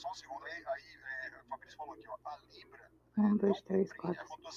só um segundo. Aí, aí é, o Fabrício falou aqui, ó. A Libra. Um, dois, não três, cumpre a quatro. rotação